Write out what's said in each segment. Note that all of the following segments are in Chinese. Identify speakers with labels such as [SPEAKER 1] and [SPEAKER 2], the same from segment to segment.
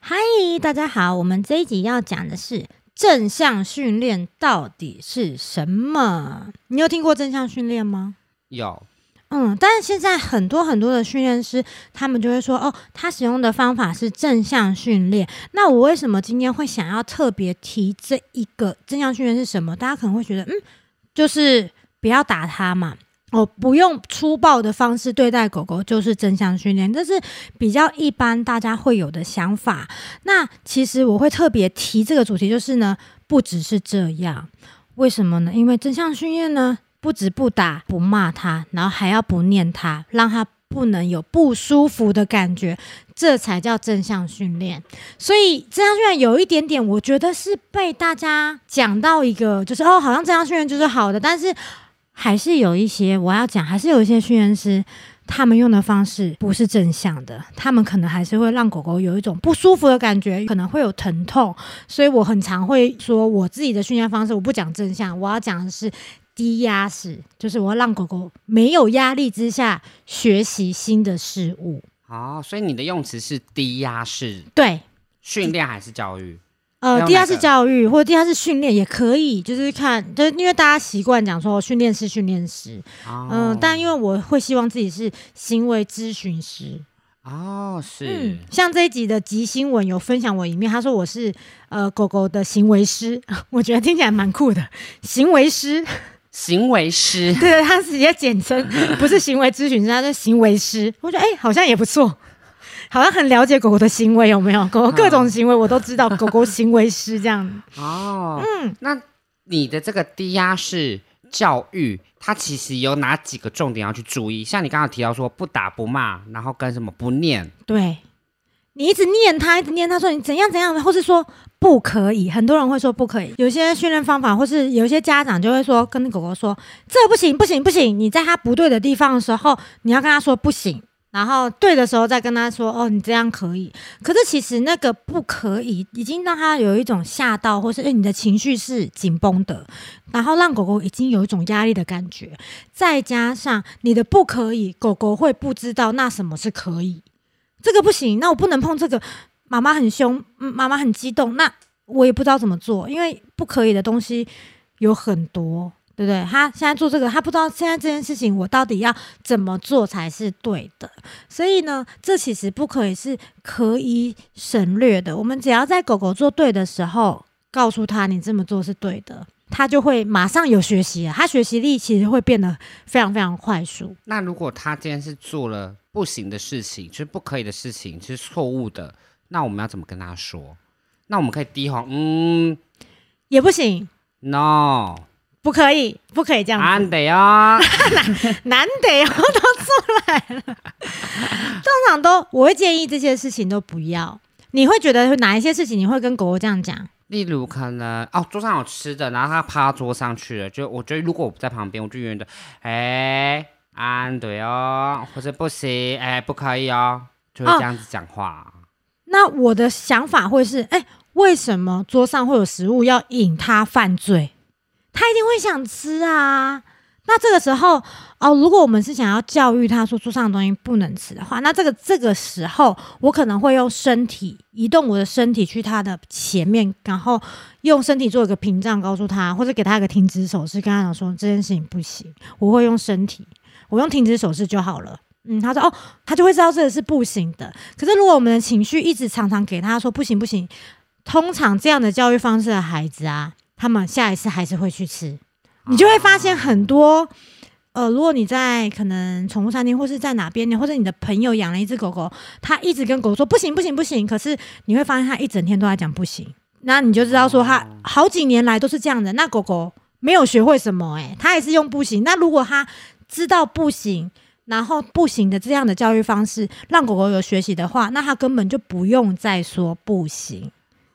[SPEAKER 1] 嗨，大家好，我们这一集要讲的是正向训练到底是什么？你有听过正向训练吗？
[SPEAKER 2] 有，
[SPEAKER 1] 嗯，但是现在很多很多的训练师，他们就会说，哦，他使用的方法是正向训练。那我为什么今天会想要特别提这一个正向训练是什么？大家可能会觉得，嗯，就是不要打它嘛，哦，不用粗暴的方式对待狗狗就是正向训练，这是比较一般大家会有的想法。那其实我会特别提这个主题，就是呢，不只是这样，为什么呢？因为正向训练呢，不止不打不骂它，然后还要不念它，让它不能有不舒服的感觉，这才叫正向训练。所以正向训练有一点点，我觉得是被大家讲到一个，就是哦，好像正向训练就是好的，但是还是有一些我要讲，还是有一些训练师。他们用的方式不是正向的，他们可能还是会让狗狗有一种不舒服的感觉，可能会有疼痛，所以我很常会说我自己的训练方式，我不讲正向，我要讲的是低压式，就是我要让狗狗没有压力之下学习新的事物。
[SPEAKER 2] 哦，所以你的用词是低压式
[SPEAKER 1] 对，
[SPEAKER 2] 训练还是教育？要
[SPEAKER 1] 呃，
[SPEAKER 2] 哪
[SPEAKER 1] 第二是
[SPEAKER 2] 个
[SPEAKER 1] 教育，或者第二是训练也可以，就是看，就是因为大家习惯讲说训练师、训练师，
[SPEAKER 2] 哦，
[SPEAKER 1] 嗯、但因为我会希望自己是行为咨询师，
[SPEAKER 2] 哦是
[SPEAKER 1] 嗯，像这一集的集新闻有分享我一面，他说我是呃狗狗的行为师， 我觉得听起来蛮酷的，行为师，
[SPEAKER 2] 行为师，
[SPEAKER 1] 对，他直接简称，不是行为咨询师，他是行为师，我觉得哎、好像也不错。好像很了解狗狗的行为有没有？狗狗各种行为我都知道，狗狗行为师这样。
[SPEAKER 2] 哦，嗯，那你的这个低压式教育，它其实有哪几个重点要去注意？像你刚刚提到说不打不骂，然后跟什么不念，
[SPEAKER 1] 对，你一直念他，一直念他说你怎样怎样，或是说不可以。很多人会说不可以，有些训练方法，或是有些家长就会说跟狗狗说这不行不行不行，你在它不对的地方的时候，你要跟它说不行。然后对的时候再跟他说哦，你这样可以。可是其实那个不可以，已经让他有一种吓到，或是哎你的情绪是紧绷的，然后让狗狗已经有一种压力的感觉。再加上你的不可以，狗狗会不知道那什么是可以。这个不行，那我不能碰这个。妈妈很凶，嗯妈妈很激动，那我也不知道怎么做，因为不可以的东西有很多，对不对？他现在做这个，他不知道现在这件事情我到底要怎么做才是对的。所以呢，这其实不可以是可以省略的。我们只要在狗狗做对的时候，告诉他你这么做是对的，他就会马上有学习了。他学习力其实会变得非常非常快速。
[SPEAKER 2] 那如果他今天是做了不行的事情，就是不可以的事情，是错误的，那我们要怎么跟他说？那我们可以低吼，嗯
[SPEAKER 1] 也不行，
[SPEAKER 2] ，no，
[SPEAKER 1] 不可以，不可以这样子。
[SPEAKER 2] 安得哦，
[SPEAKER 1] 难得哦，都出来了。通常都我会建议这些事情都不要。你会觉得哪一些事情你会跟狗狗这样讲？
[SPEAKER 2] 例如可能哦，桌上有吃的，然后他趴到桌上去了，就我觉得如果我不在旁边，我就远远的，哎，安对哦，或者不行，哎，不可以哦，就会
[SPEAKER 1] 哦
[SPEAKER 2] 这样子讲话。
[SPEAKER 1] 那我的想法会是：哎、为什么桌上会有食物要引它犯罪？它一定会想吃啊。那这个时候哦，如果我们是想要教育它说桌上的东西不能吃的话，那这个这个时候，我可能会用身体移动我的身体去它的前面，然后用身体做一个屏障，告诉它，或者给它一个停止手势，跟它讲说这件事情不行。我会用身体，我用停止手势就好了。嗯，他说哦，他就会知道这个是不行的。可是如果我们的情绪一直常常给他说不行不行，通常这样的教育方式的孩子啊，他们下一次还是会去吃。你就会发现很多，呃，如果你在可能宠物餐厅，或是在哪边，你或者你的朋友养了一只狗狗，他一直跟狗说不行不行不行，可是你会发现他一整天都在讲不行，那你就知道说他好几年来都是这样的。那狗狗没有学会什么、欸，诶，它也是用不行。那如果它知道不行，然后不行的这样的教育方式，让狗狗有学习的话，那它根本就不用再说不行。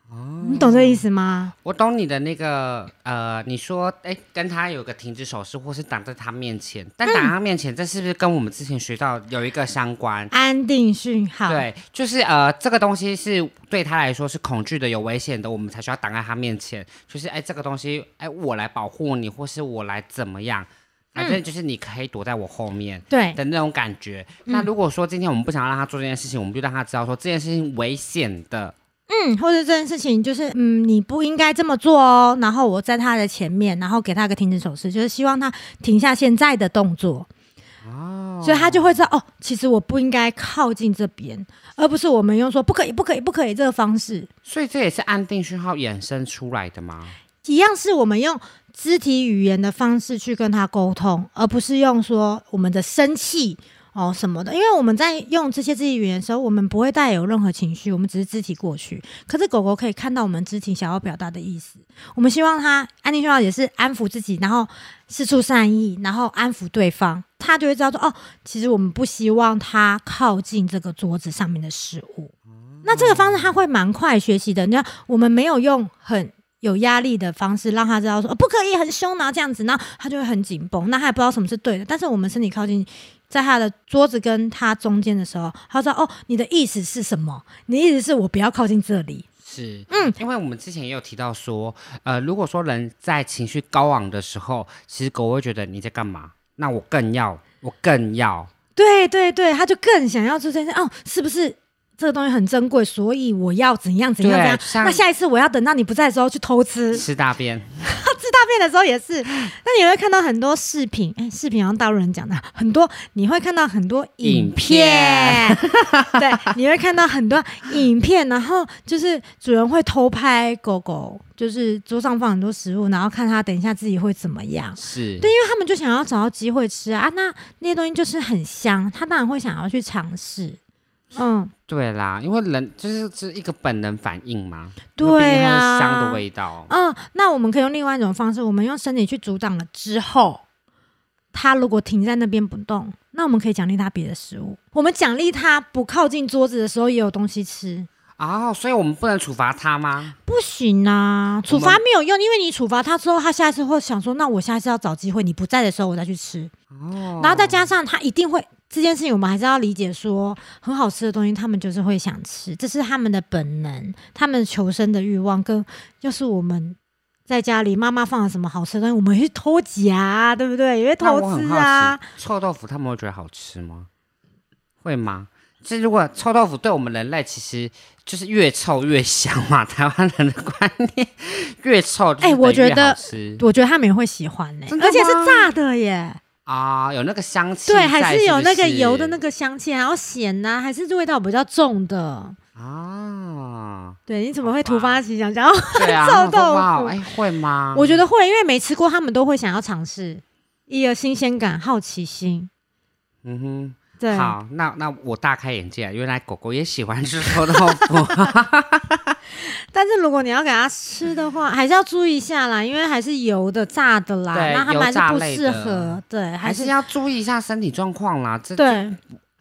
[SPEAKER 2] 哦
[SPEAKER 1] 你懂这意思吗？
[SPEAKER 2] 我懂你的那个呃，你说哎，跟他有个停止手势，或是挡在他面前，但挡在他面前，这是不是跟我们之前学到有一个相关？
[SPEAKER 1] 安定讯号，
[SPEAKER 2] 对，就是呃，这个东西是对他来说是恐惧的、有危险的，我们才需要挡在他面前。就是哎，这个东西哎，我来保护你，或是我来怎么样，反正就是你可以躲在我后面。
[SPEAKER 1] 对
[SPEAKER 2] 的那种感觉。那如果说今天我们不想让他做这件事情，我们就让他知道说这件事情危险的，
[SPEAKER 1] 嗯，或者这件事情就是，嗯，你不应该这么做哦。然后我在他的前面，然后给他个停止手势，就是希望他停下现在的动作，
[SPEAKER 2] 哦，
[SPEAKER 1] 所以他就会知道哦，其实我不应该靠近这边，而不是我们用说不可以、不可以、不可以这个方式，
[SPEAKER 2] 所以这也是安定讯号衍生出来的吗？
[SPEAKER 1] 一样是我们用肢体语言的方式去跟他沟通，而不是用说我们的生气。哦，什么的？因为我们在用这些肢体语言的时候，我们不会带有任何情绪，我们只是肢体过去。可是狗狗可以看到我们肢体想要表达的意思。我们希望它安定讯号也是安抚自己，然后四处善意，然后安抚对方，它就会知道说，哦，其实我们不希望它靠近这个桌子上面的食物。那这个方式它会蛮快学习的。你看，我们没有用很有压力的方式让他知道说、哦、不可以很凶，然后这样子，然后他就会很紧绷。那他也不知道什么是对的。但是我们身体靠近，在他的桌子跟他中间的时候，他知道哦，你的意思是什么？你的意思是我不要靠近这里。
[SPEAKER 2] 是，嗯，因为我们之前也有提到说，呃，如果说人在情绪高昂的时候，其实狗会觉得你在干嘛？那我更要，我更要，
[SPEAKER 1] 对对对，他就更想要出现哦，是不是？这个东西很珍贵，所以我要怎样怎样
[SPEAKER 2] 对
[SPEAKER 1] 怎样。
[SPEAKER 2] 像
[SPEAKER 1] 那下一次我要等到你不在的时候去偷吃。
[SPEAKER 2] 吃大便，
[SPEAKER 1] 吃大便的时候也是，那你会看到很多视频，哎、视频好像大陆人讲的很多，你会看到很多影
[SPEAKER 2] 影片
[SPEAKER 1] 对，你会看到很多影片，然后就是主人会偷拍狗狗，就是桌上放很多食物，然后看它等一下自己会怎么样。
[SPEAKER 2] 是，
[SPEAKER 1] 对，因为他们就想要找到机会吃啊，啊那那些东西就是很香，他当然会想要去尝试。嗯，
[SPEAKER 2] 对啦，因为人就是这一个本能反应嘛，
[SPEAKER 1] 对啊
[SPEAKER 2] 啊，香的味道，
[SPEAKER 1] 嗯，那我们可以用另外一种方式，我们用身体去阻挡了之后，它如果停在那边不动，那我们可以奖励它别的食物。我们奖励它不靠近桌子的时候也有东西吃，
[SPEAKER 2] 哦，所以我们不能处罚它吗？
[SPEAKER 1] 不行啊！处罚没有用，因为你处罚它之后，它下一次会想说，那我下一次要找机会，你不在的时候我再去吃。
[SPEAKER 2] 哦，
[SPEAKER 1] 然后再加上它一定会。这件事情我们还是要理解说很好吃的东西，他们就是会想吃，这是他们的本能，他们求生的欲望，跟要是我们在家里妈妈放了什么好吃的东西，我们会去偷夹、啊，对不对？也会
[SPEAKER 2] 那
[SPEAKER 1] 偷
[SPEAKER 2] 我
[SPEAKER 1] 吃
[SPEAKER 2] 很好
[SPEAKER 1] 啊
[SPEAKER 2] 奇，，臭豆腐他们会觉得好吃吗？会吗？就是如果臭豆腐对我们人类其实就是越臭越香嘛， 台湾人的观念越臭就是
[SPEAKER 1] 哎我觉
[SPEAKER 2] 等于越
[SPEAKER 1] 得
[SPEAKER 2] 好吃
[SPEAKER 1] 我觉得他们也会喜欢呢、
[SPEAKER 2] 真的
[SPEAKER 1] 而且是
[SPEAKER 2] 吗
[SPEAKER 1] 炸的耶，
[SPEAKER 2] 啊、有那个香气在，
[SPEAKER 1] 对，还
[SPEAKER 2] 是
[SPEAKER 1] 有那个油的那
[SPEAKER 2] 个
[SPEAKER 1] 个香气，然后咸呐、还是味道比较重的。
[SPEAKER 2] 啊，
[SPEAKER 1] 对，你怎么
[SPEAKER 2] 好
[SPEAKER 1] 会突
[SPEAKER 2] 吧
[SPEAKER 1] 发奇想想要？
[SPEAKER 2] 对啊，
[SPEAKER 1] 臭
[SPEAKER 2] 然后我说
[SPEAKER 1] 豆
[SPEAKER 2] 哇
[SPEAKER 1] 腐
[SPEAKER 2] 哎、会吗？
[SPEAKER 1] 我觉得会，因为没吃过，他们都会想要尝试，一个新鲜感、好奇心。
[SPEAKER 2] 嗯哼。
[SPEAKER 1] 对，
[SPEAKER 2] 好，那那我大开眼界，啊原来狗狗也喜欢吃臭豆腐。
[SPEAKER 1] 但是如果你要给它吃的话，还是要注意一下啦，因为还是油的、炸的啦，
[SPEAKER 2] 对
[SPEAKER 1] 那它们还
[SPEAKER 2] 油炸
[SPEAKER 1] 是不
[SPEAKER 2] 类
[SPEAKER 1] 适
[SPEAKER 2] 的
[SPEAKER 1] 合。对，还
[SPEAKER 2] 还是
[SPEAKER 1] 是
[SPEAKER 2] 要注意一下身体状况啦。这
[SPEAKER 1] 对，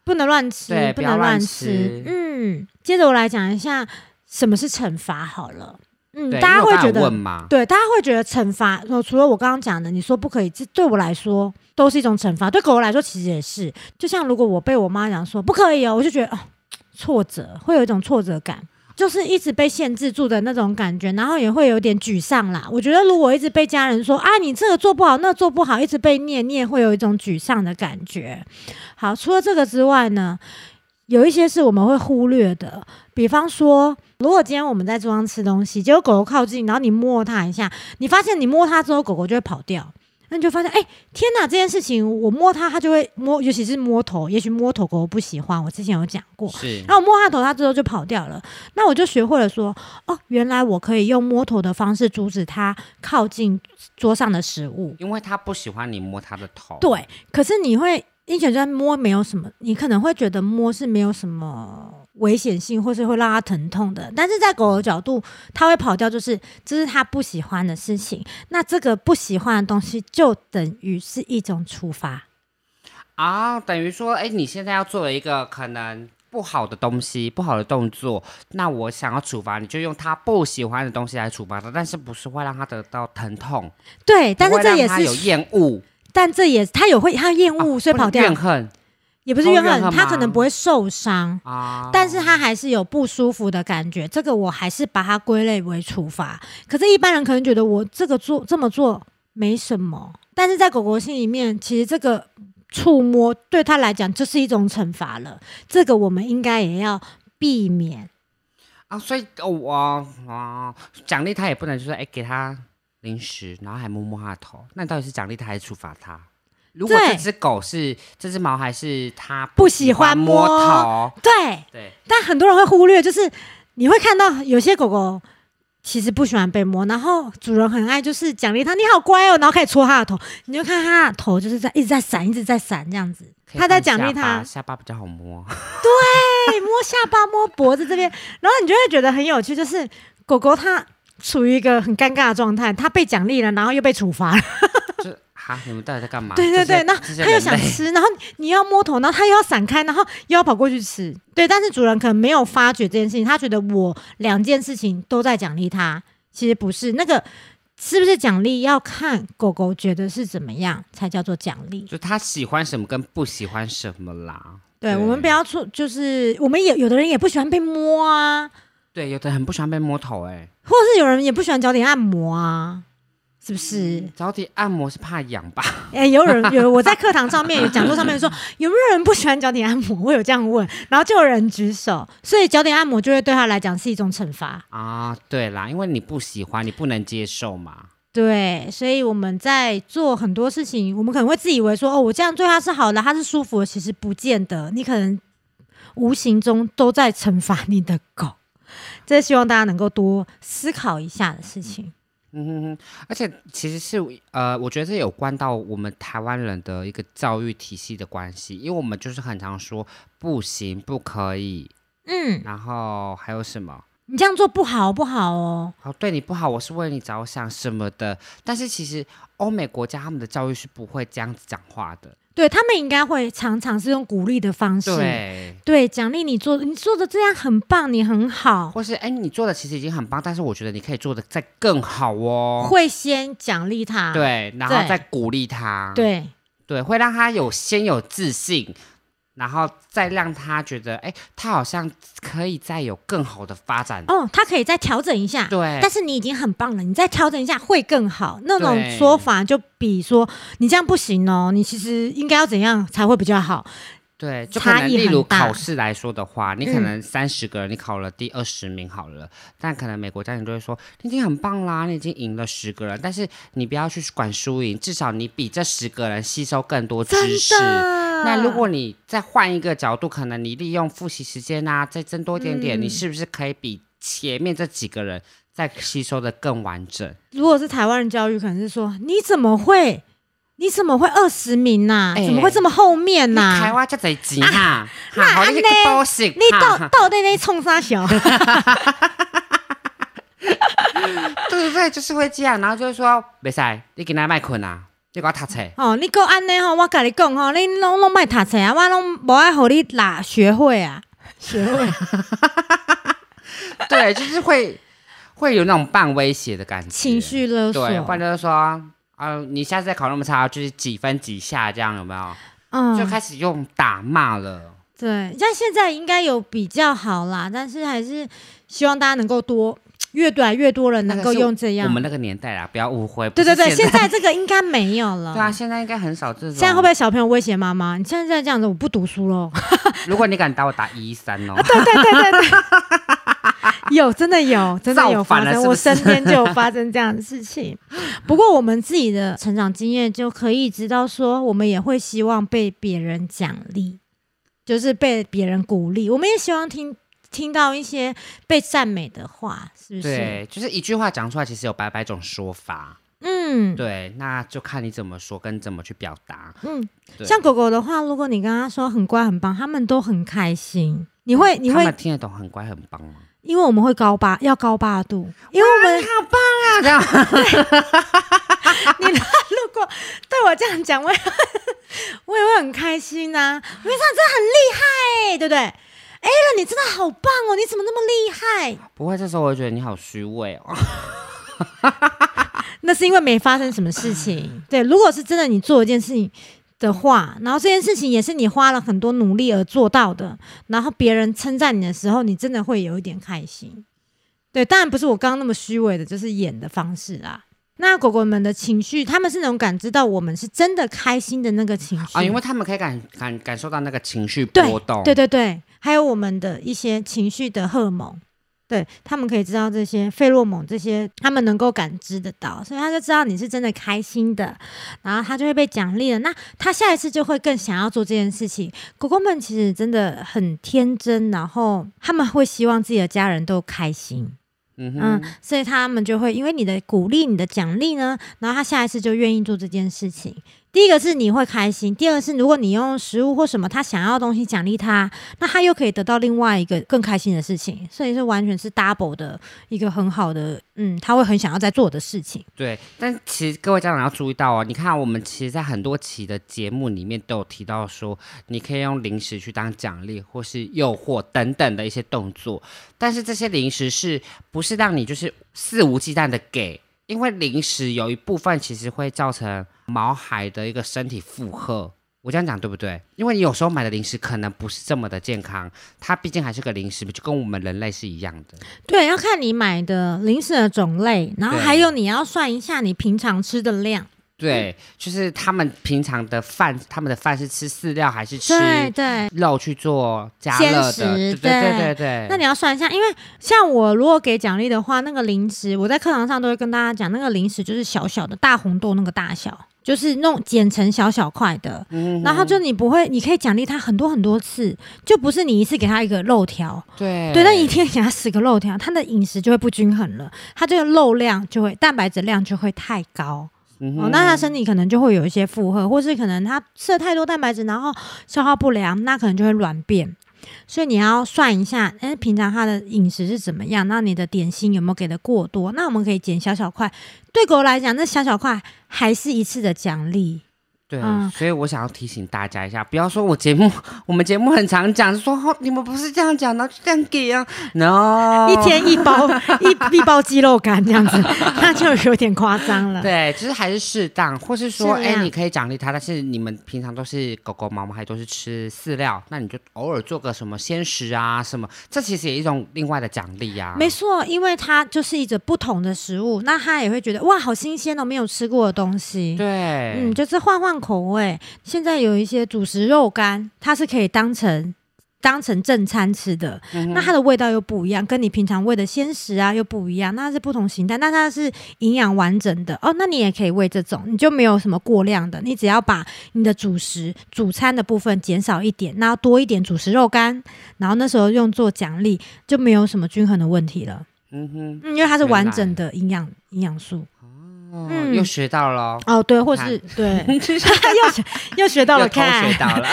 [SPEAKER 1] 不能乱吃
[SPEAKER 2] 对，
[SPEAKER 1] 不
[SPEAKER 2] 不要
[SPEAKER 1] 能
[SPEAKER 2] 乱
[SPEAKER 1] 乱
[SPEAKER 2] 吃
[SPEAKER 1] 嗯，接着我来讲一下什么是惩罚好了。嗯，
[SPEAKER 2] 对
[SPEAKER 1] 大家
[SPEAKER 2] 因为
[SPEAKER 1] 会
[SPEAKER 2] 我刚才
[SPEAKER 1] 觉
[SPEAKER 2] 有
[SPEAKER 1] 得
[SPEAKER 2] 问嘛？
[SPEAKER 1] 对，大家会觉得惩罚，呃除了我刚刚讲的，你说不可以，这对我来说都是一种惩罚，对狗狗来说其实也是。就像如果我被我妈讲说不可以哦，我就觉得哦，挫折，会有一种挫折感。就是一直被限制住的那种感觉，然后也会有点沮丧啦。我觉得如果一直被家人说啊，你这个做不好，那个做不好，一直被念，你也会有一种沮丧的感觉。好，除了这个之外呢，有一些是我们会忽略的，比方说，如果今天我们在桌上吃东西，结果狗狗靠近，然后你摸它一下，你发现你摸它之后，狗狗就会跑掉。那你就发现，哎、天哪！这件事情我摸它，它就会摸，尤其是摸头，也许摸头狗狗不喜欢。我之前有讲过，
[SPEAKER 2] 是
[SPEAKER 1] 然后我摸它头，它之后就跑掉了。那我就学会了说，哦，原来我可以用摸头的方式阻止它靠近桌上的食物。
[SPEAKER 2] 因为它不喜欢你摸它的头。
[SPEAKER 1] 对，可是你会，你觉得摸没有什么，你可能会觉得摸是没有什么危险性，或是会让它疼痛的。但是在狗的角度，它会跑掉，就是这是它不喜欢的事情。那这个不喜欢的东西，就等于是一种处罚。
[SPEAKER 2] 啊、等于说，哎，你现在要做了一个可能不好的东西、不好的动作，那我想要处罚你，就用它不喜欢的东西来处罚它，但是不是会让它得到疼痛？
[SPEAKER 1] 对，但是
[SPEAKER 2] 不会
[SPEAKER 1] 这
[SPEAKER 2] 让
[SPEAKER 1] 也
[SPEAKER 2] 哦它有
[SPEAKER 1] 是，
[SPEAKER 2] 厌恶、
[SPEAKER 1] 但这也它有会，它厌恶，
[SPEAKER 2] 啊
[SPEAKER 1] 所以
[SPEAKER 2] 不能
[SPEAKER 1] 跑掉
[SPEAKER 2] 怨，恨
[SPEAKER 1] 也不是
[SPEAKER 2] 哦
[SPEAKER 1] 怨
[SPEAKER 2] 怨
[SPEAKER 1] 恨，
[SPEAKER 2] 恨
[SPEAKER 1] 它可能
[SPEAKER 2] 吗
[SPEAKER 1] 不会受伤。
[SPEAKER 2] 啊。
[SPEAKER 1] 但是他还是有不舒服的感觉，这个我还是把它归类为处罚。可是，一般人可能觉得我这个做这么做没什么，但是在狗狗心里面，其实这个触摸对他来讲就是一种惩罚了。这个我们应该也要避免。
[SPEAKER 2] 啊，所以哦我哦奖励他也不能就是哎给他零食，然后还摸摸他的头，那你到底是奖励他还是处罚他？如果
[SPEAKER 1] 对
[SPEAKER 2] 这只狗是这只猫还是它
[SPEAKER 1] 不喜欢
[SPEAKER 2] 摸
[SPEAKER 1] 摸
[SPEAKER 2] 头，
[SPEAKER 1] 对，
[SPEAKER 2] 对，
[SPEAKER 1] 但很多人会忽略，就是你会看到有些狗狗其实不喜欢被摸，然后主人很爱就是奖励它，你好乖哦，然后开始戳它的头，你就看它的头就是在一直在闪，一直在闪这样子，
[SPEAKER 2] 可以
[SPEAKER 1] 它在奖
[SPEAKER 2] 放
[SPEAKER 1] 励
[SPEAKER 2] 下
[SPEAKER 1] 它
[SPEAKER 2] 巴，下巴比较好摸。
[SPEAKER 1] 对，摸下巴、摸脖子这边，然后你就会觉得很有趣，就是狗狗它处于一个很尴尬的状态，它被奖励了，然后又被处罚了，
[SPEAKER 2] 就哈，你们到底在干 嘛？
[SPEAKER 1] 对对
[SPEAKER 2] 这些
[SPEAKER 1] 对，那
[SPEAKER 2] 啊这些
[SPEAKER 1] 它又
[SPEAKER 2] 人
[SPEAKER 1] 想
[SPEAKER 2] 类
[SPEAKER 1] 吃，然后你要摸头，然后它又要闪开，然后又要跑过去吃，对，但是主人可能没有发觉这件事情，他觉得我两件事情都在奖励它，其实不是那个。是不是奖励要看狗狗觉得是怎么样才叫做奖励？
[SPEAKER 2] 就他喜欢什么跟不喜欢什么啦。
[SPEAKER 1] 对
[SPEAKER 2] 对
[SPEAKER 1] 我们不要出，就是我们也有的人也不喜欢被摸啊，
[SPEAKER 2] 对，有的很不喜欢被摸头、欸，
[SPEAKER 1] 或者是有人也不喜欢脚底按摩啊，是不是
[SPEAKER 2] 哎，？脚底按摩是怕痒吧？
[SPEAKER 1] 哎、有人有我在课堂上面有讲座上面说，有没有人不喜欢脚底按摩？我有这样问，然后就有人举手，所以脚底按摩就会对他来讲是一种惩罚。
[SPEAKER 2] 啊，对啦，因为你不喜欢，你不能接受嘛。
[SPEAKER 1] 对，所以我们在做很多事情，我们可能会自以为说，哦，我这样对他是好的，他是舒服的，其实不见得，你可能无形中都在惩罚你的狗。 这希望大家能够多思考一下的事情。
[SPEAKER 2] 嗯哼哼，而且其实是呃，我觉得这有关到我们台湾人的一个教育体系的关系，因为我们就是很常说不行、不可以，
[SPEAKER 1] 嗯，
[SPEAKER 2] 然后还有什么？
[SPEAKER 1] 你这样做不好不好哦。
[SPEAKER 2] 哦，对你不好，我是为你着想什么的。但是其实欧美国家他们的教育是不会这样子讲话的。
[SPEAKER 1] 对他们应该会常常是用鼓励的方式，
[SPEAKER 2] 对，
[SPEAKER 1] 对奖励你做，你做的这样很棒，你很好，
[SPEAKER 2] 或是哎、你做的其实已经很棒，但是我觉得你可以做的再更好哦。
[SPEAKER 1] 会先奖励他，
[SPEAKER 2] 对，啊然后
[SPEAKER 1] 对
[SPEAKER 2] 再鼓励他，
[SPEAKER 1] 对
[SPEAKER 2] 对会让他有先有自信，然后再让他觉得，哎、他好像可以再有更好的发展。
[SPEAKER 1] 哦，他可以再调整一下，
[SPEAKER 2] 对
[SPEAKER 1] 但，是你已经很棒了，你再调整一下会更好。那种
[SPEAKER 2] 对
[SPEAKER 1] 说法就比说你这样不行哦，你其实应该要怎样才会比较好，
[SPEAKER 2] 对，就可
[SPEAKER 1] 差
[SPEAKER 2] 能
[SPEAKER 1] 异
[SPEAKER 2] 例
[SPEAKER 1] 很
[SPEAKER 2] 如
[SPEAKER 1] 大嗯
[SPEAKER 2] 考试来说的话，你可能三十个人，你考了第二十名好了，但可能美国家长就会说，你已经很棒啦，你已经赢了十个人，但是你不要去管输赢，至少你比这十个人吸收更多
[SPEAKER 1] 真
[SPEAKER 2] 知识。
[SPEAKER 1] 的。
[SPEAKER 2] 那如果你再换一个角度，可能你利用复习时间啊，再增多一点
[SPEAKER 1] 嗯
[SPEAKER 2] 点，你是不是可以比前面这几个人再吸收的更完整？
[SPEAKER 1] 如果是台湾人教育，可能是说你怎么会，你怎么会二十名呐、
[SPEAKER 2] 哎
[SPEAKER 1] 怎么会这么后面呐、
[SPEAKER 2] 台湾这侪钱哈，
[SPEAKER 1] 啊那
[SPEAKER 2] 哈，好你去
[SPEAKER 1] 安尼
[SPEAKER 2] 补习
[SPEAKER 1] 你到
[SPEAKER 2] 哈，
[SPEAKER 1] 到底在冲啥小？
[SPEAKER 2] 对对对，就是会这样，然后就会说，袂使，你今仔卖困啊，你给我读册，
[SPEAKER 1] 哦，你够安尼吼，我甲你讲吼，你拢拢莫读册啊，我拢无爱互你拿学会啊，学会。
[SPEAKER 2] 对，就是会会有那种半威胁的感 觉，
[SPEAKER 1] 情绪勒索，
[SPEAKER 2] 对，不然就是说，啊、你下次再考那么差，就是几分几下这样，有没有？就
[SPEAKER 1] 嗯，
[SPEAKER 2] 开始用打骂了。
[SPEAKER 1] 对，但现在应该有比较好啦，但是还是希望大家能够多，越来越多人能够用这样
[SPEAKER 2] 我。们那个年代啦，不要误会。
[SPEAKER 1] 对对对，
[SPEAKER 2] 不是
[SPEAKER 1] 现
[SPEAKER 2] 现
[SPEAKER 1] 在这个应该没有了。
[SPEAKER 2] 对啊，现在应该很少这种。
[SPEAKER 1] 现在会不会小朋友威胁妈妈？你现在这样子，我不读书喽。
[SPEAKER 2] 如果你敢打我，打一三哦。
[SPEAKER 1] 对对对对对， 有真的有真的有
[SPEAKER 2] 造
[SPEAKER 1] 发
[SPEAKER 2] 反了
[SPEAKER 1] 生，
[SPEAKER 2] 是
[SPEAKER 1] 我
[SPEAKER 2] 不是
[SPEAKER 1] 身边就有发生这样的事情。不过我们自己的成长经验就可以知道说，我们也会希望被别人奖励，就是被别人鼓励，我们也希望听听到一些被赞美的话， 是不是？
[SPEAKER 2] 对，就是一句话讲出来，其实有百百种说法。
[SPEAKER 1] 嗯，
[SPEAKER 2] 对，那就看你怎么说跟怎么去表达。
[SPEAKER 1] 嗯，
[SPEAKER 2] 对
[SPEAKER 1] 像狗狗的话，如果你跟它说很乖很棒，它们都很开心。你会你
[SPEAKER 2] 他
[SPEAKER 1] 会
[SPEAKER 2] 们，听得懂，很乖，很棒 啊吗？
[SPEAKER 1] 因为我们会高八，要高八度，因为我们
[SPEAKER 2] 好棒啊！这样
[SPEAKER 1] 你如果对我这样讲，我也我也会很开心啊呐、我跟你讲，真的很厉害、对不对？哎了，你真的好棒哦！你怎么那么厉害？
[SPEAKER 2] 不会，这时候我就觉得你好虚伪哦。
[SPEAKER 1] 那是因为没发生什么事情。对，如果是真的你做一件事情的话，然后这件事情也是你花了很多努力而做到的，然后别人称赞你的时候，你真的会有一点开心。对，当然不是我刚刚那么虚伪的，就是演的方式啦。那狗狗们的情绪，他们是能感知到我们是真的开心的那个情绪
[SPEAKER 2] 啊，因为他们可以感感感受到那个情绪
[SPEAKER 1] 对
[SPEAKER 2] 波动。
[SPEAKER 1] 对对对，还有我们的一些情绪的荷尔蒙，对他们可以知道这些费洛蒙，这些他们能够感知得到，所以他就知道你是真的开心的，然后他就会被奖励了。那他下一次就会更想要做这件事情。狗狗们其实真的很天真，然后他们会希望自己的家人都开心，
[SPEAKER 2] 嗯
[SPEAKER 1] 嗯
[SPEAKER 2] 哼，，
[SPEAKER 1] 所以他们就会因为你的鼓励、你的奖励呢，然后他下一次就愿意做这件事情。第一个是你会开心，第二个是如果你用食物或什么他想要的东西奖励他，那他又可以得到另外一个更开心的事情，所以是完全是 double 的一个很好的，嗯，他会很想要再做的事情。
[SPEAKER 2] 对。但其实各位家长要注意到哦，你看我们其实，在很多期的节目里面都有提到说，你可以用零食去当奖励，或是诱惑等等的一些动作。但是这些零食是不是让你就是肆无忌惮的给？因为零食有一部分其实会造成毛孩的一个身体负荷。我这样讲对不对？因为你有时候买的零食可能不是这么的健康，它毕竟还是个零食，就跟我们人类是一样的。
[SPEAKER 1] 对，要看你买的零食的种类，然后
[SPEAKER 2] 对
[SPEAKER 1] 还有你要算一下你平常吃的量。嗯
[SPEAKER 2] 对，就是他们平常的饭，他们的饭是吃饲料还是吃
[SPEAKER 1] 对对，
[SPEAKER 2] 肉去做加热
[SPEAKER 1] 鲜
[SPEAKER 2] 的？
[SPEAKER 1] 食
[SPEAKER 2] 对对对
[SPEAKER 1] 对
[SPEAKER 2] 对对。
[SPEAKER 1] 那你要算一下，因为像我如果给奖励的话，那个零食我在课堂上都会跟大家讲，那个零食就是小小的大红豆那个大小，就是弄剪成小小块的。
[SPEAKER 2] 嗯
[SPEAKER 1] 然后就你不会，你可以奖励他很多很多次，就不是你一次给他一个肉条，
[SPEAKER 2] 对
[SPEAKER 1] 对，那一天给他十个肉条，他的饮食就会不均衡了，他这个肉量就会蛋白质量就会太高，
[SPEAKER 2] 嗯
[SPEAKER 1] 哦
[SPEAKER 2] 哼，
[SPEAKER 1] 那他身体可能就会有一些负荷，或是可能他吃了太多蛋白质，然后消化不良，那可能就会软便。所以你要算一下，哎，平常他的饮食是怎么样？那你的点心有没有给的过多？那我们可以减小小块。对狗来讲，那小小块还是一次的奖励。
[SPEAKER 2] 对，
[SPEAKER 1] 嗯
[SPEAKER 2] 所以我想要提醒大家一下，不要说我节目， 我们节目很常讲说、哦、你们不是这样讲，然后就这样给啊，no，
[SPEAKER 1] 一天一包一一包鸡肉干这样子， 那就有点夸张了。
[SPEAKER 2] 对，就是还是适当，或是说，
[SPEAKER 1] 是
[SPEAKER 2] 哎、
[SPEAKER 1] 啊
[SPEAKER 2] 你可以奖励它，但是你们平常都是狗狗、毛毛还都是吃饲料，那你就偶尔做个什么鲜食啊，什么，这其实也一种另外的奖励啊呀、
[SPEAKER 1] 没错，因为它就是一种不同的食物，那它也会觉得哇，好新鲜哦，没有吃过的东西。
[SPEAKER 2] 对，
[SPEAKER 1] 嗯，就是换换口味。现在有一些主食肉干，它是可以当成当成正餐吃的，
[SPEAKER 2] 嗯
[SPEAKER 1] 那它的味道又不一样，跟你平常喂的鲜食啊又不一样，那它是不同形态，那它是营养完整的哦。那你也可以喂这种，你就没有什么过量的，你只要把你的主食主餐的部分减少一点，那多一点主食肉干，然后那时候用作奖励，就没有什么均衡的问题了。
[SPEAKER 2] 嗯哼，
[SPEAKER 1] 嗯，因为它是
[SPEAKER 2] 原
[SPEAKER 1] 完
[SPEAKER 2] 来
[SPEAKER 1] 整的营养营养素。
[SPEAKER 2] 哦，
[SPEAKER 1] 嗯
[SPEAKER 2] 又学到了哦，
[SPEAKER 1] 哦，对，或
[SPEAKER 2] 看
[SPEAKER 1] 是对， 又学又学到
[SPEAKER 2] 又
[SPEAKER 1] 了
[SPEAKER 2] 偷
[SPEAKER 1] 看，
[SPEAKER 2] 学到了，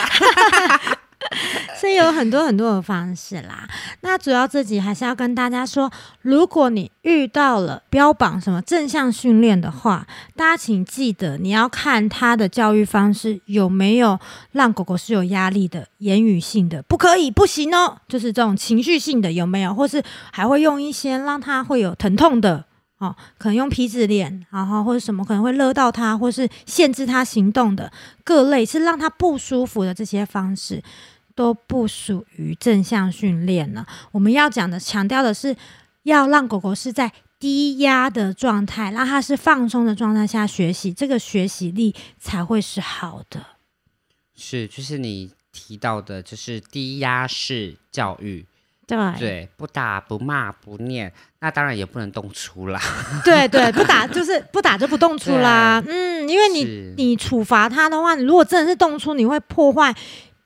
[SPEAKER 1] 所以有很多很多的方式啦。那主要这集还是要跟大家说，如果你遇到了标榜什么正向训练的话，大家请记得你要看他的教育方式有没有让狗狗是有压力的、言语性的，不可以、不行哦，就是这种情绪性的有没有，或是还会用一些让它会有疼痛的。哦，可能用皮子脸，然后或者什么可能会勒到它，或是限制它行动的各类，是让它不舒服的这些方式，都不属于正向训练呢。我们要讲的、强调的是，要让狗狗是在低压的状态，让它是放松的状态下学习，这个学习力才会是好的。
[SPEAKER 2] 是，就是你提到的，就是低压式教育，
[SPEAKER 1] 对
[SPEAKER 2] 对，不打不骂不念，那当然也不能动粗啦，
[SPEAKER 1] 对对，不打就是不打就不动粗 啦。嗯，因为你
[SPEAKER 2] 是
[SPEAKER 1] 你处罚它的话，你如果真的是动粗，你会破坏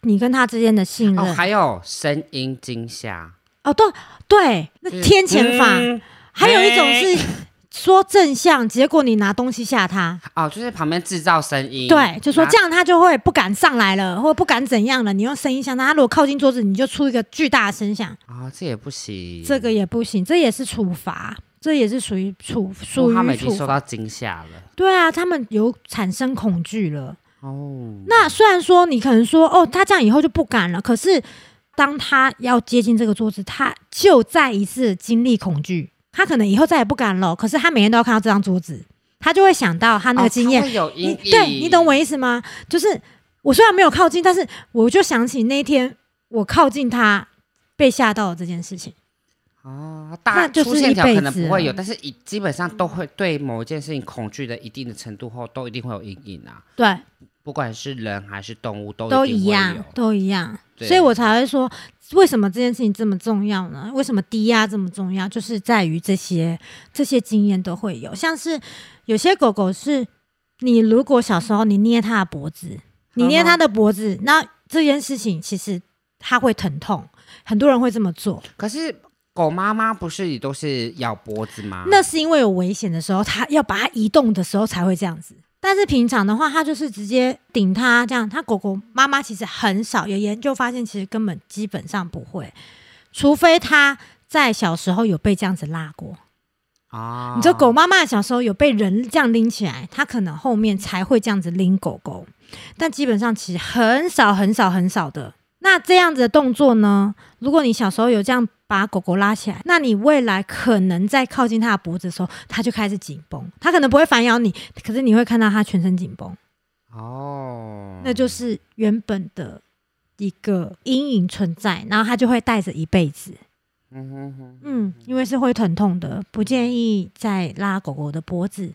[SPEAKER 1] 你跟它之间的信任。
[SPEAKER 2] 哦，还有声音惊吓，
[SPEAKER 1] 哦，对对，那
[SPEAKER 2] 就是
[SPEAKER 1] 天谴法，
[SPEAKER 2] 嗯
[SPEAKER 1] 还有一种是说正向，结果你拿东西吓它。
[SPEAKER 2] 哦，就是旁边制造声音，
[SPEAKER 1] 对，就说
[SPEAKER 2] 拿
[SPEAKER 1] 这样他就会不敢上来了，或不敢怎样了。你用声音吓他，他如果靠近桌子，你就出一个巨大的声响，
[SPEAKER 2] 哦，这也不行，
[SPEAKER 1] 这个也不行，这也是处罚，这也是属于处
[SPEAKER 2] 因
[SPEAKER 1] 属
[SPEAKER 2] 哦为他们
[SPEAKER 1] 于
[SPEAKER 2] 已经
[SPEAKER 1] 处
[SPEAKER 2] 受
[SPEAKER 1] 罚。
[SPEAKER 2] 到惊吓了。
[SPEAKER 1] 对啊，他们有产生恐惧了。
[SPEAKER 2] 哦，
[SPEAKER 1] 那虽然说你可能说哦，他这样以后就不敢了，可是当他要接近这个桌子，他就再一次经历恐惧，他可能以后再也不敢了。可是他每天都要看到这张桌子，他就会想到他那个
[SPEAKER 2] 哦
[SPEAKER 1] 经
[SPEAKER 2] 它
[SPEAKER 1] 验，
[SPEAKER 2] 会有
[SPEAKER 1] 你
[SPEAKER 2] 阴影，
[SPEAKER 1] 对你懂我意思吗？就是我虽然没有靠近，但是我就想起那一天我靠近他被吓到的这件事情。
[SPEAKER 2] 哦，大
[SPEAKER 1] 那就是
[SPEAKER 2] 出线条
[SPEAKER 1] 一辈
[SPEAKER 2] 可能
[SPEAKER 1] 子啊
[SPEAKER 2] 不会有，
[SPEAKER 1] 了
[SPEAKER 2] 但是以基本上都会对某一件事情恐惧的一定的程度后，都一定会有阴影啊，
[SPEAKER 1] 对，
[SPEAKER 2] 不管是人还是动物都
[SPEAKER 1] 都
[SPEAKER 2] 一定
[SPEAKER 1] 一
[SPEAKER 2] 会
[SPEAKER 1] 样
[SPEAKER 2] 有，
[SPEAKER 1] 都一样。
[SPEAKER 2] 对
[SPEAKER 1] 所以我才会说，为什么这件事情这么重要呢？为什么低压这么重要？就是在于这些这些经验都会有，像是有些狗狗是，你如果小时候你捏它的脖子，你
[SPEAKER 2] 嗯
[SPEAKER 1] 捏它的脖子，那这件事情其实它会疼痛，很多人会这么做，
[SPEAKER 2] 可是狗妈妈不是也都是咬脖子吗？
[SPEAKER 1] 那是因为有危险的时候，它要把它移动的时候才会这样子。但是平常的话，它就是直接顶它这样。它狗狗妈妈其实很少，有研究发现，其实根本基本上不会，除非它在小时候有被这样子拉过。
[SPEAKER 2] 啊，
[SPEAKER 1] 你这狗妈妈小时候有被人这样拎起来，它可能后面才会这样子拎狗狗，但基本上其实很少很少很少的。那这样子的动作呢？如果你小时候有这样把狗狗拉起来，那你未来可能在靠近它的脖子的时候，它就开始紧绷。它可能不会反咬你，可是你会看到它全身紧绷，
[SPEAKER 2] 哦，
[SPEAKER 1] 那就是原本的一个阴影存在，然后它就会带着一辈子。
[SPEAKER 2] 嗯哼哼，
[SPEAKER 1] 嗯，因为是会疼痛的，不建议再拉狗狗的脖子。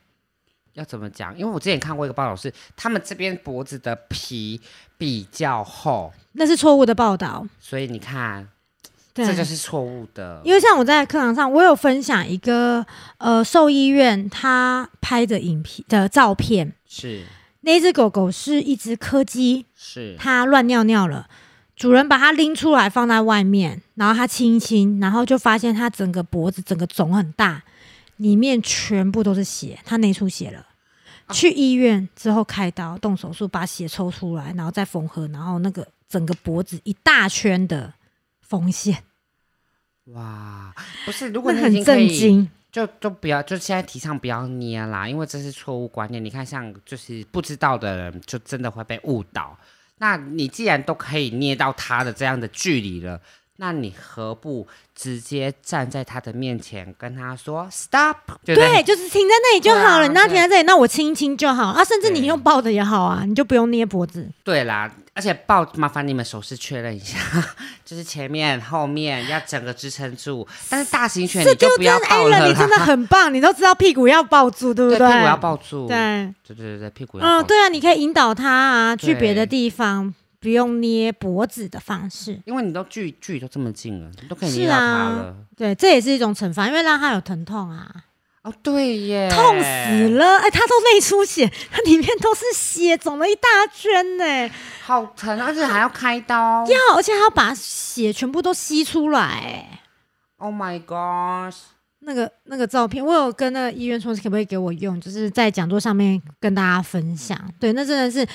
[SPEAKER 2] 要怎么讲？因为我之前看过一个报道是，他们这边脖子的皮比较厚，
[SPEAKER 1] 那是错误的报道。
[SPEAKER 2] 所以你看，
[SPEAKER 1] 对，
[SPEAKER 2] 这就是错误的。
[SPEAKER 1] 因为像我在课堂上，我有分享一个呃兽医院他拍的影片的照片，
[SPEAKER 2] 是
[SPEAKER 1] 那只狗狗是一只柯基，
[SPEAKER 2] 是
[SPEAKER 1] 它乱尿尿了。主人把它拎出来放在外面，然后它亲一亲，然后就发现它整个脖子整个肿很大，里面全部都是血，它内出血了。去医院之后开刀动手术，把血抽出来，然后再缝合，然后那个整个脖子一大圈的缝线，
[SPEAKER 2] 哇，不是，如果
[SPEAKER 1] 那
[SPEAKER 2] 你已
[SPEAKER 1] 很
[SPEAKER 2] 经可
[SPEAKER 1] 震
[SPEAKER 2] 以，
[SPEAKER 1] 惊。
[SPEAKER 2] 就都不要，就现在提倡不要捏啦，因为这是错误观念。你看，像就是不知道的人，就真的会被误导。那你既然都可以捏到他的这样的距离了，那你何不直接站在他的面前跟他说 “stop”，对不
[SPEAKER 1] 对，就是停在那里就好
[SPEAKER 2] 对
[SPEAKER 1] 了。
[SPEAKER 2] 啊
[SPEAKER 1] 你让它停在这里，那我亲一亲就好啊。甚至
[SPEAKER 2] 对
[SPEAKER 1] 你用抱的也好啊，你就不用捏脖子。
[SPEAKER 2] 对啦，而且抱，麻烦你们手势确认一下， 就是前面、后面要整个支撑住。但是大型犬你
[SPEAKER 1] 这
[SPEAKER 2] 就
[SPEAKER 1] 就
[SPEAKER 2] 不
[SPEAKER 1] 真
[SPEAKER 2] 要
[SPEAKER 1] 的
[SPEAKER 2] 抱了
[SPEAKER 1] Alan，
[SPEAKER 2] 啦，
[SPEAKER 1] 你真的很棒，你都知道屁股要抱住，对不
[SPEAKER 2] 对，屁股要抱住，对
[SPEAKER 1] 对，
[SPEAKER 2] 对对对，屁股要
[SPEAKER 1] 嗯，
[SPEAKER 2] 抱住。
[SPEAKER 1] 对啊，你可以引导它啊，去
[SPEAKER 2] 对
[SPEAKER 1] 别的地方，不用捏脖子的方式。
[SPEAKER 2] 因为你都距距离都这么近了，你都可以
[SPEAKER 1] 是
[SPEAKER 2] 捏到它
[SPEAKER 1] 啊
[SPEAKER 2] 了。
[SPEAKER 1] 对，这也是一种惩罚，因为让它有疼痛啊，
[SPEAKER 2] 哦，对耶，
[SPEAKER 1] 痛死，了！哎，它都内出血，它里面都是血，肿了一大圈呢、
[SPEAKER 2] 好疼，而且还要开刀。
[SPEAKER 1] 要，而且还要把血全部都吸出来、哎
[SPEAKER 2] Oh my gosh！
[SPEAKER 1] 那个那个照片，我有跟那个医院说，可不可以给我用，就是在讲座上面跟大家分享。对，那真的是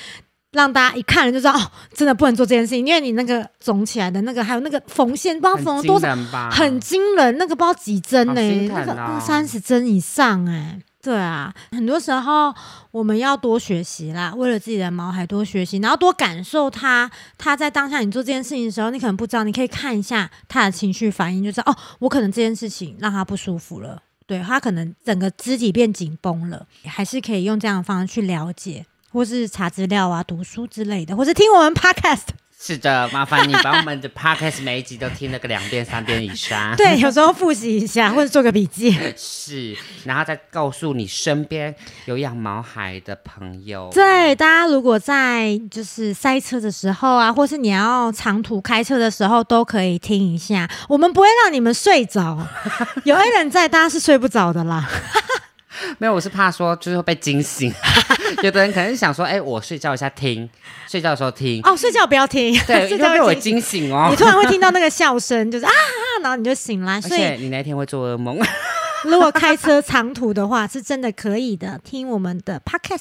[SPEAKER 1] 让大家一看就知道，哦，真的不能做这件事情，因为你那个肿起来的那个，还有那个缝线，不知道缝了多
[SPEAKER 2] 惊
[SPEAKER 1] 少，
[SPEAKER 2] 人吧？
[SPEAKER 1] 很惊人，那个不知道几针
[SPEAKER 2] 好
[SPEAKER 1] 呢、
[SPEAKER 2] 心疼
[SPEAKER 1] 那个那
[SPEAKER 2] 哦
[SPEAKER 1] 个三十针以上哎、对啊，很多时候我们要多学习啦，为了自己的毛孩多学习，然后多感受它。它在当下你做这件事情的时候，你可能不知道，你可以看一下它的情绪反应，就知道哦，我可能这件事情让它不舒服了。对它可能整个肢体变紧绷了，还是可以用这样的方式去了解，或是查资料啊、读书之类的，或是听我们 podcast。
[SPEAKER 2] 是的，麻烦你把我们的 podcast 每一集都听了个两遍、三遍以 上。
[SPEAKER 1] 对， 有时候复习一下，或者做个笔记。
[SPEAKER 2] 是，然后再告诉你身边有养毛孩的朋友。
[SPEAKER 1] 对，大家如果在就是塞车的时候啊，或是你要长途开车的时候，都可以听一下。我们不会让你们睡着，有 A 人在，大家是睡不着的啦。
[SPEAKER 2] 没有，我是怕说就是会被 惊醒。有的人可能想说，哎、我睡觉一下听，睡觉的时候听，
[SPEAKER 1] 哦，睡觉不要听，
[SPEAKER 2] 对，
[SPEAKER 1] 睡
[SPEAKER 2] 因为被
[SPEAKER 1] 觉
[SPEAKER 2] 我
[SPEAKER 1] 会惊。
[SPEAKER 2] 惊醒哦
[SPEAKER 1] 你。突然会听到那个笑声，就是啊，然后你就醒来。
[SPEAKER 2] 而
[SPEAKER 1] 所
[SPEAKER 2] 且
[SPEAKER 1] 以
[SPEAKER 2] 你那天会做噩梦。
[SPEAKER 1] 如果开车长途的话，是真的可以的，听我们的 podcast。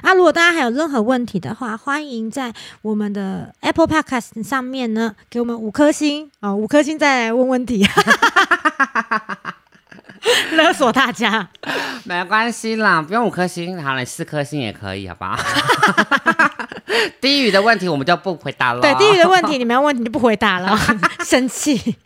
[SPEAKER 1] 啊，如果大家还有任何问题的话，欢迎在我们的 Apple Podcast 上面呢，给我们五颗星啊、哦五颗星再来问问题， 勒索大家。
[SPEAKER 2] 没关系啦，不用五颗星，好了，四颗星也可以，好不好？ 低语的问题我们就不回答了。
[SPEAKER 1] 对，地狱的问题，你们有问题就不回答了， 生气。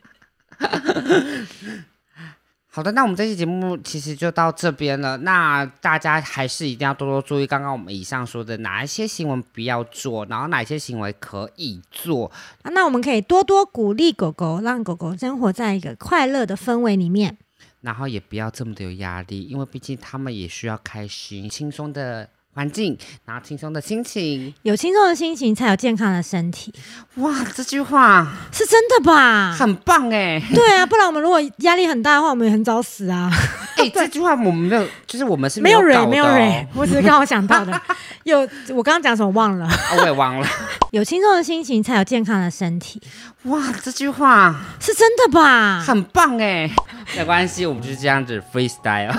[SPEAKER 2] 好的，那我们这期节目其实就到这边了。那大家还是一定要多多注意刚刚我们以上说的哪一些行为不要做，然后哪一些行为可以做。
[SPEAKER 1] 啊那我们可以多多鼓励狗狗，让狗狗生活在一个快乐的氛围里面。
[SPEAKER 2] 然后也不要这么的有压力，因为毕竟他们也需要开心、轻松的环境，然后轻松的心情。
[SPEAKER 1] 有轻松的心情，才有健康的身体，
[SPEAKER 2] 哇，这句话
[SPEAKER 1] 是真的吧？
[SPEAKER 2] 很棒哎、
[SPEAKER 1] 对啊，不然我们如果压力很大的话，我们也很早死 啊。
[SPEAKER 2] 哎、这句话我们没有，就是我们是
[SPEAKER 1] 没有
[SPEAKER 2] 搞的、
[SPEAKER 1] 蕊，
[SPEAKER 2] 哦，
[SPEAKER 1] 没有蕊，我只是刚好想到 的。有我刚刚讲什么忘了？
[SPEAKER 2] 啊，我也忘了。
[SPEAKER 1] 有轻松的心情，才有健康的身体，
[SPEAKER 2] 哇，这句话
[SPEAKER 1] 是真的吧？
[SPEAKER 2] 很棒哎、啊没关系，我们就是这样子 freestyle。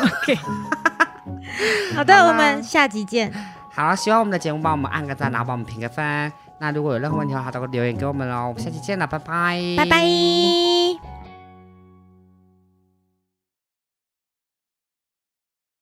[SPEAKER 1] 好的，我们下集见。
[SPEAKER 2] 好，喜欢我们的节目，帮我们按个赞，然后帮我们评个分。那如果有任何问题的话，都留言给我们喽。我们下期见了，拜拜，
[SPEAKER 1] 拜拜。